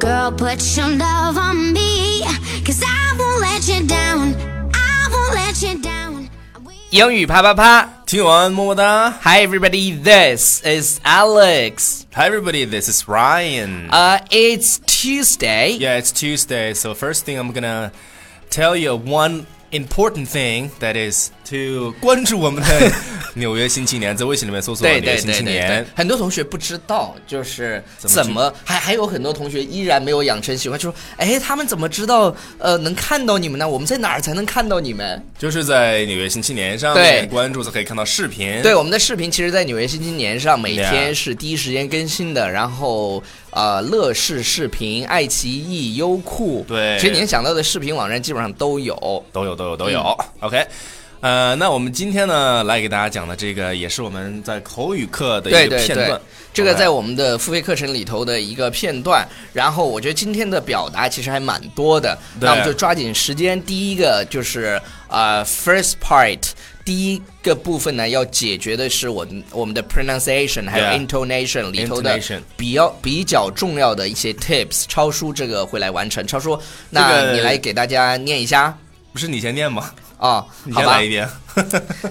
Girl, put your love on me. Cause I won't let you down. I won't let you down. 英语啪啪啪听完么么哒！Hi everybody, this is Alex. ！Hi everybody, this is Ryan. Uh, it's Tuesday. yeah, it's Tuesday, so first thing I'm gonna tell you one important thing that is to 关注我们 的纽约新青年，在微信里面搜索“对纽约对新对青对对年，很多同学不知道，就是么去怎么还还有很多同学依然没有养成习惯，就说哎，他们怎么知道呃能看到你们呢？我们在哪儿才能看到你们？”，就是在纽约新青年上对面关注，就可以看到视频。对，我们的视频其实，在纽约新青年上每 Yeah 天是第一时间更新的，然后呃，乐视视频、爱奇艺、优酷，对其实您想到的视频网站基本上都有。都有都有都有。OK，呃，那我们今天呢，来给大家讲的这个也是我们在口语课的对一个对片对段。，这个 OK 在我们的付费课程里头的一个片段。然后我觉得今天的表达其实还蛮多的，对那我们就抓紧时间。第一个就是呃，first part。第一个部分呢，要解决的是我们我们的 pronunciation 还有 Yeah intonation 里头的 Intonation 比较比较重要的一些 tips。超叔这个会来完成。超叔，那这个你来给大家念一下不是你先念吗？啊、你好先吧来一？遍。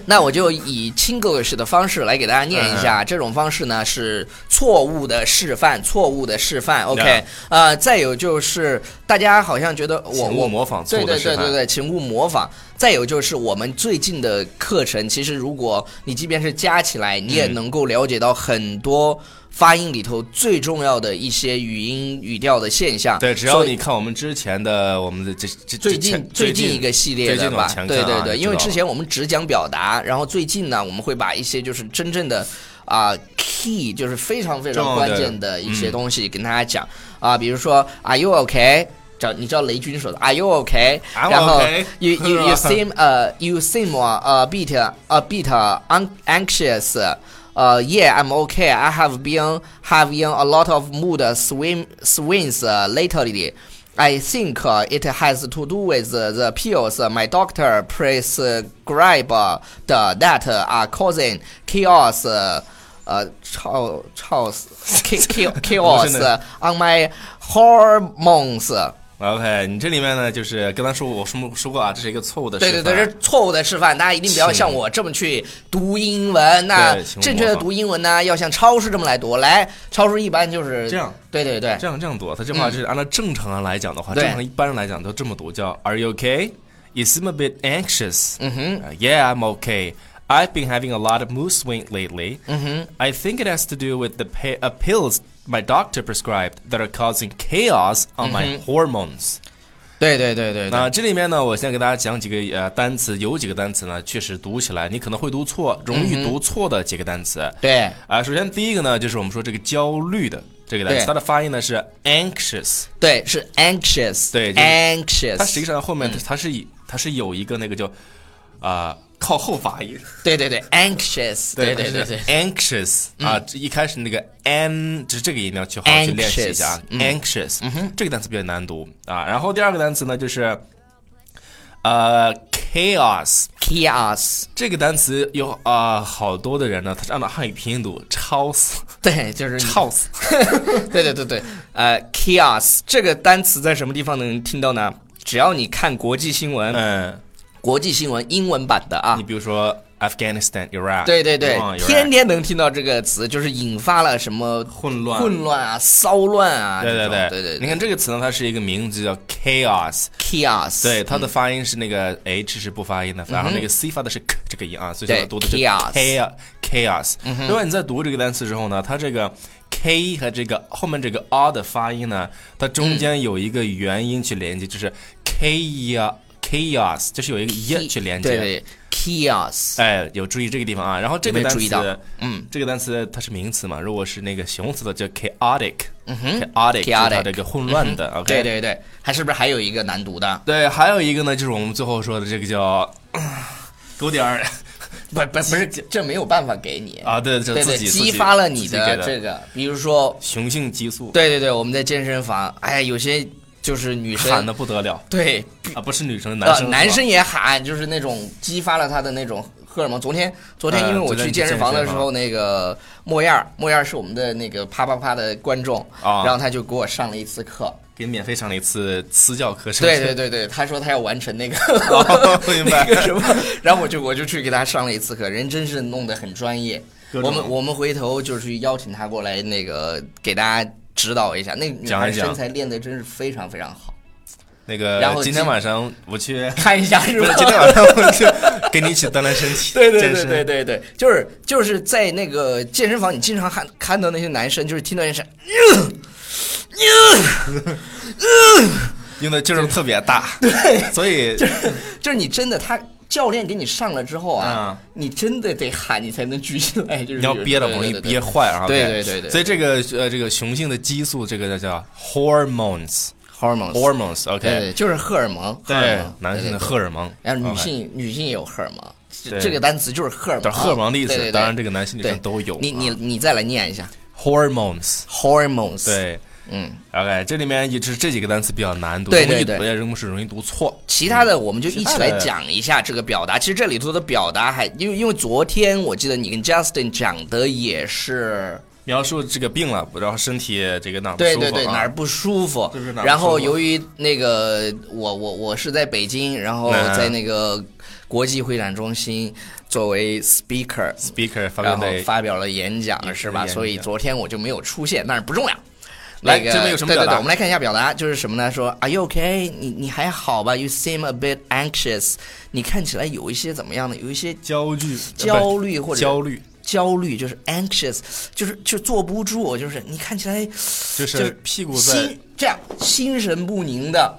那我就以亲狗式的方式来给大家念一嗯下，这种方式呢是错误的示范，错误的示范。OK，、 Yeah 呃，再有就是大家好像觉得我请勿我模仿错对误的对示对范对对，请勿模仿。再有就是我们最近的课程，其实如果你即便是加起来，你嗯也能够了解到很多发音里头最重要的一些语音语调的现象。对，只所要以你看我们之前的我们的这这这最前近最近一个系列最的近往吧，前看对啊对对，就因为知道之了前我们只讲表达，然后最近呢，我们会把一些就是真正的啊、key，就是非常非常重要关的键的一些嗯东西跟大家讲啊、比如说 Are you okay？找你知道雷军说的 Are you okay？ I'm 然后 okay， you you you 是吧 seem 呃、you seem uh, a bit a bit un anxious。呃、y e a h I'm okay. I have been having a lot of mood swing swings uh, lately. I think uh, it has to do with uh, the pills uh, my doctor prescribed uh, that uh, are causing chaos. Uh, uh, chao- chaos, cha- chaos uh, on my hormones. OK，你这里面呢，就是刚才说我说说过啊，这是一个错误的示对范。对对，这是错误的示范，大家一定不要像我这么去读英文。那对请勿模仿正确的读英文呢，要像超市这么来读。来，超市一般就是这样。对对对，这样这样读，他这话就是按照正常人来讲的话，嗯对正常一般人来讲都这么读，叫 Are you okay? You seem a bit anxious. 嗯哼， Uh, yeah, I'm okay. I've been having a lot of mood swing lately. 嗯哼， I think it has to do with the pa- uh, pills my doctor prescribed that are causing chaos on Mm-hmm. my hormones. 对对对对对那、这里面呢，我先给大家讲几个呃单词，有几个单词呢，确实读起来你可能会读错，容易读错的几个单词。嗯对啊、首先第一个呢，就是我们说这个焦虑的这个单对词，它的发音呢是 anxious。对，是 anxious，对就是它实际 anxious，上后面它是以它是有一个那个叫啊靠后发音，对对对 anxious，对对对嗯对。 ，anxious 啊，这一开始那个 an 就是这个音要去好好去练习一下啊嗯 anxious 这个单词比较难读啊。然后第二个单词呢就是呃 chaos。 chaos， 这个单词有啊、好多的人呢，他是按照汉语拼音读，超 死，对，就是你超死。 对对对对，呃，chaos 这个单词在什么地方能听到呢？只要你看国际新闻，嗯，国际新闻英文版的啊你，比如说 Afghanistan、Iraq，对对对 Iran，Iraq，天天能听到这个词，就是引发了什么混乱混乱啊、骚乱啊，对对对对对你对看这个词呢，它是一个名字叫 chaos， ，chaos，对，它的发音是那个 h 是不发音的，然后那个 c 发的是 k 这个音啊，所嗯以对它读的是 chaos 嗯 chaos chaos。另外你在读这个单词之后呢，它这个 k 和这个后面这个 r 的发音呢，它中间有一个元音去连接，就是 chaos chaos，就是有一个 Ki- e 去连接。对对，chaos，哎，有注意这个地方啊。然后这个有没有单注意到词，嗯，这个单词它是名词嘛？如果是那个形容词的叫 chaotic，嗯哼，chaotic 就是它 chaotic 嗯这个混乱的。OK，对对对，还是不是还有一个难读的？对还有一个呢，就是我们最后说的这 个叫狗点儿不不不是，这没有办法给你啊，对，就对自对，己激发了你的的这个，比如说，雄性激素，对对对，我们在健身房，哎，有些就是女喊生的，不得了对，啊！不是女生，呃男，生，男生也喊，就是那种激发了他的那种课嘛。昨天昨天呃因为我昨天去去健身健房的身时房候，那个莫燕儿莫燕儿是我们的那个啪啪啪的观众，啊然后他就给我上了一次课。给你免费上了一次私教课，是不对是对对对，他说他要完成那个 哦明白那个什么，然后我就我就去给他上了一次课，人真是弄得很专业。各我种们我们回头就是去邀请他过来，那个给大家指导一下。那女讲孩一讲身材练得真是非常非常好，那个，然后今今天晚上 我去，看一下是不吧是？今天晚上我去给你一起锻炼身 体，对对健对身对对对，就是就是在那个健身房，你经常看看到那些男生，就是听到一声，用的劲儿特别大，对， 所以就是你真的他教练给你上了之后啊，你真的得喊你才能举起来，就是你要憋的容易憋。坏啊。对 OK 对对对所以这个呃，这个雄性的激素，这个叫叫 hormones hormones，对 hormones，OK，对，就是荷尔蒙，荷尔对蒙，男性的对荷尔蒙，然后女 OK 性女性也有荷尔蒙，这对这个单词就是荷尔蒙，对荷尔蒙的意啊对思，对当然对这个男性女性对都有啊。你你你再来念一下 hormones， hormones，，对嗯， ，OK，这里面也是这几个单词比较难读，对容易对对读也容易是容易读错。其他的我们就一起其他来的讲一下这个表达。其实这里头的表达还因为因为昨天我记得你跟 Justin 讲的也是，描述这个病了，然后身体这个哪儿不对舒服对对，啊哪儿不舒服就是哪儿不舒服然后由于那个我我我是在北京，然后嗯在那个国际会展中心作为 speaker， speaker 发然表后在发表了演讲，是吧？演讲所以昨天我就没有出现，但是不重要。来那个这边有什么对对表达对我们来看一下表达，就是什么呢？说 Are you okay？你你还好吧？You seem a bit anxious。你看起来有一些怎么样呢？有一些焦虑、呃焦虑或者焦虑，焦虑，就是 anxious，就是就坐不住，就是你看起来就是屁股在心这样心神不宁的，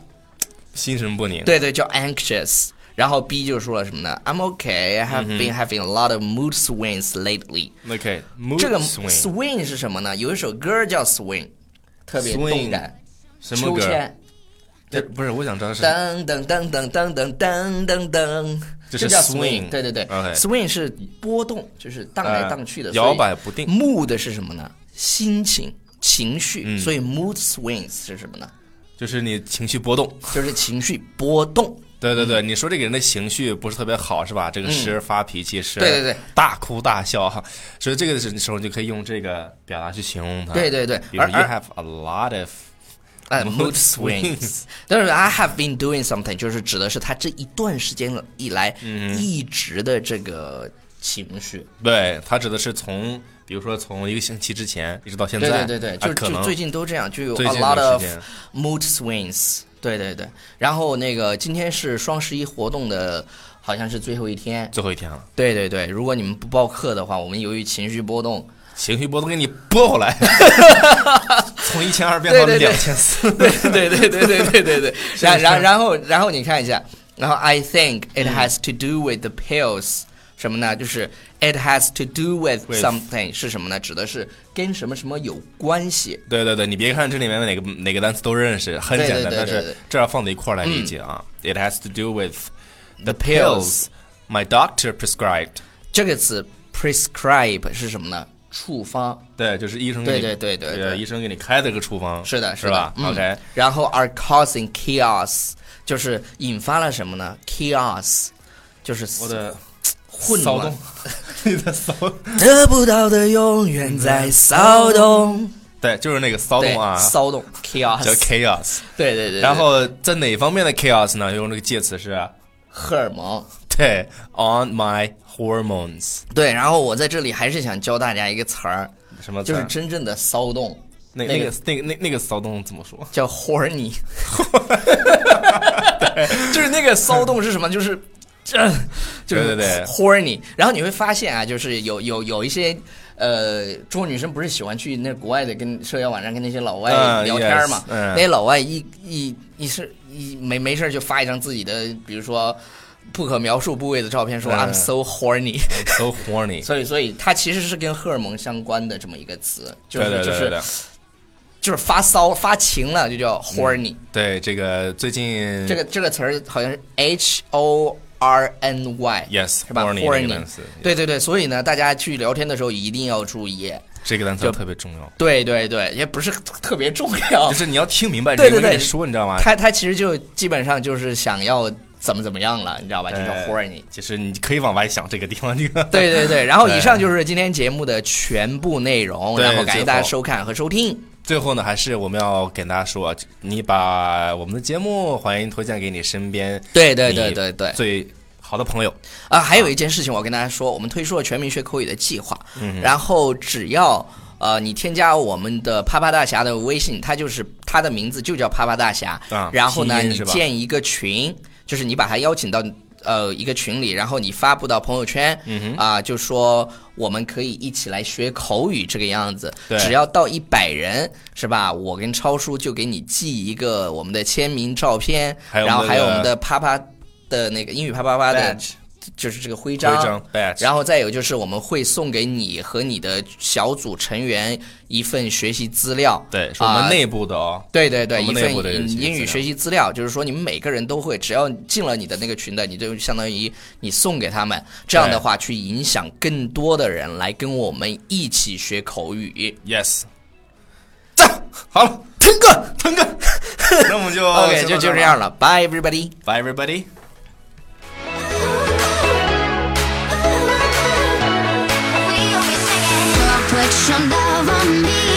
心神不宁。对对，叫 anxious。然后 B 就说了什么呢？I'm okay. I have Mm-hmm been having a lot of mood swings lately. OK，mood 这个 swing swing 是什么呢？有一首歌叫 swing，特别 Swing，动感。什么秋歌？千，这不是我想知道是噔噔噔噔噔噔噔噔噔，这这是叫 swing 对对对 OK ，swing 是波动，就是荡来呃荡去的，摇摆不定 mood 是什么呢？心情、情嗯绪，所以 mood swings 是什么呢？就是你情绪波动。就是情绪波动。对对嗯对，你说这个人的情绪不是特别好，是吧？这个时而发脾气，时而对对对大哭大笑 哈。所以这个时候你就可以用这个表达去形容他。对对对比如而 you 而 have a lot of 呃 ，mood Mood swings swings。但是 I have been doing something，就是指的是他这一段时间以来嗯一直的这个情绪。对，它指的是从，比如说从一个星期之前一直到现对在，对对对，啊就可就能最近都这样，就有最 a 近 lot 的 of 时间 mood swings。对对对，然后那个今天是双十一活动的，好像是最后一天。最后一天了，对对对，如果你们不报课的话，我们由于情绪波动，情绪波动给你 拨回来，从一千二变到对对对两千四。对对对对对对 对对，然然然后然后你看一下，然后 I think it 嗯 has to do with the pills。什么呢？就是 it has to do with With something 是什么呢？指的是跟什么什么有关系。对对对，你别看这里面哪个哪个单词都认识，很对简对对单，对但对是这要放到一块儿来理解啊。It has to do with the pills pills my doctor prescribed。这个词 prescribe 是什么呢？处方。对，就是医生给你对对对对呃对医生给你开的这个处方。是的，是的吧嗯？OK，然后 are causing chaos 就是引发了什么呢？chaos 就是我的混骚乱 动，，你的骚，得不到的永远在骚动，对，就是那个骚对动啊，骚动叫 chaos， chaos。对对对，然后在哪方面的 chaos 呢？用这个介词是啊荷尔蒙，对，on my hormones 对，然后我在这里还是想教大家一个词儿，什么词就儿？是真正的骚动，那那那个个那个那那个骚动怎 么说？叫 horny，就是那个骚动是什么？就是。这就是对对对 horny，然后你会发现啊，就是有有有一些呃中国女生不是喜欢去那国外的跟社交网站跟那些老外嗯聊天嘛 yes，嗯那些老外一一一是一没没事儿就发一张自己的，比如说不可描述部位的照片，说嗯 I'm so horny， so horny。 所以所以它其实是跟荷尔蒙相关的这么一个词，就对是对就对对是就是发骚发情了就叫 horny，、对，这个最近这个这个词儿好像是 H O R N Y， yes 是吧 horny 这个单？horny，词，对对对，所以呢，大家去聊天的时候一定要注意，这个单词就哦特别重要，对对对，也不是特别重要就，是你要听明白对人对家对跟你说，你知道吗？他他其实就基本上就是想要怎么怎么样了，你知道吧？这叫哎 horny。其实你可以往外想这个地方，这个对对对，然后以上就是今天节目的全部内容，哎对然后感谢最大家后收看和收听。 最后呢，还是我们要给大家说，你把我们的节目欢迎推荐给你身边对对你对对对最好的朋友。啊，还有一件事情我要跟大家说，我们推出了全民学口语的计划，嗯然后只要呃你添加我们的啪啪大侠的微信，他就是他的名字就叫啪啪大侠，啊然后呢拼音你是吧建一个群，就是你把他邀请到。呃，一个群里，然后你发布到朋友圈，啊、嗯就说我们可以一起来学口语这个样子。对只要到一百人，是吧？我跟超叔就给你寄一个我们的签名照片，还有然后我们还有我们的的啪啪的那个英语啪啪啪的 Badge 就是这个徽徽章。章 badge，然后再有就是，我们会送给你和你的小组成员一份学习资料。对，是我们啊内部的哦。对对对，我一们内部的份学习英资料英语学习资料，就是说你们每个人都会，只要进了你的那个群的，你就相当于你送给他们。这样的话，去影响更多的人来跟我们一起学口语。 Yes，这好了，腾哥 腾哥，那我们就，OK，就就这样了，Bye everybody。 ，Bye everybody。 We always sing it. Put your love on me.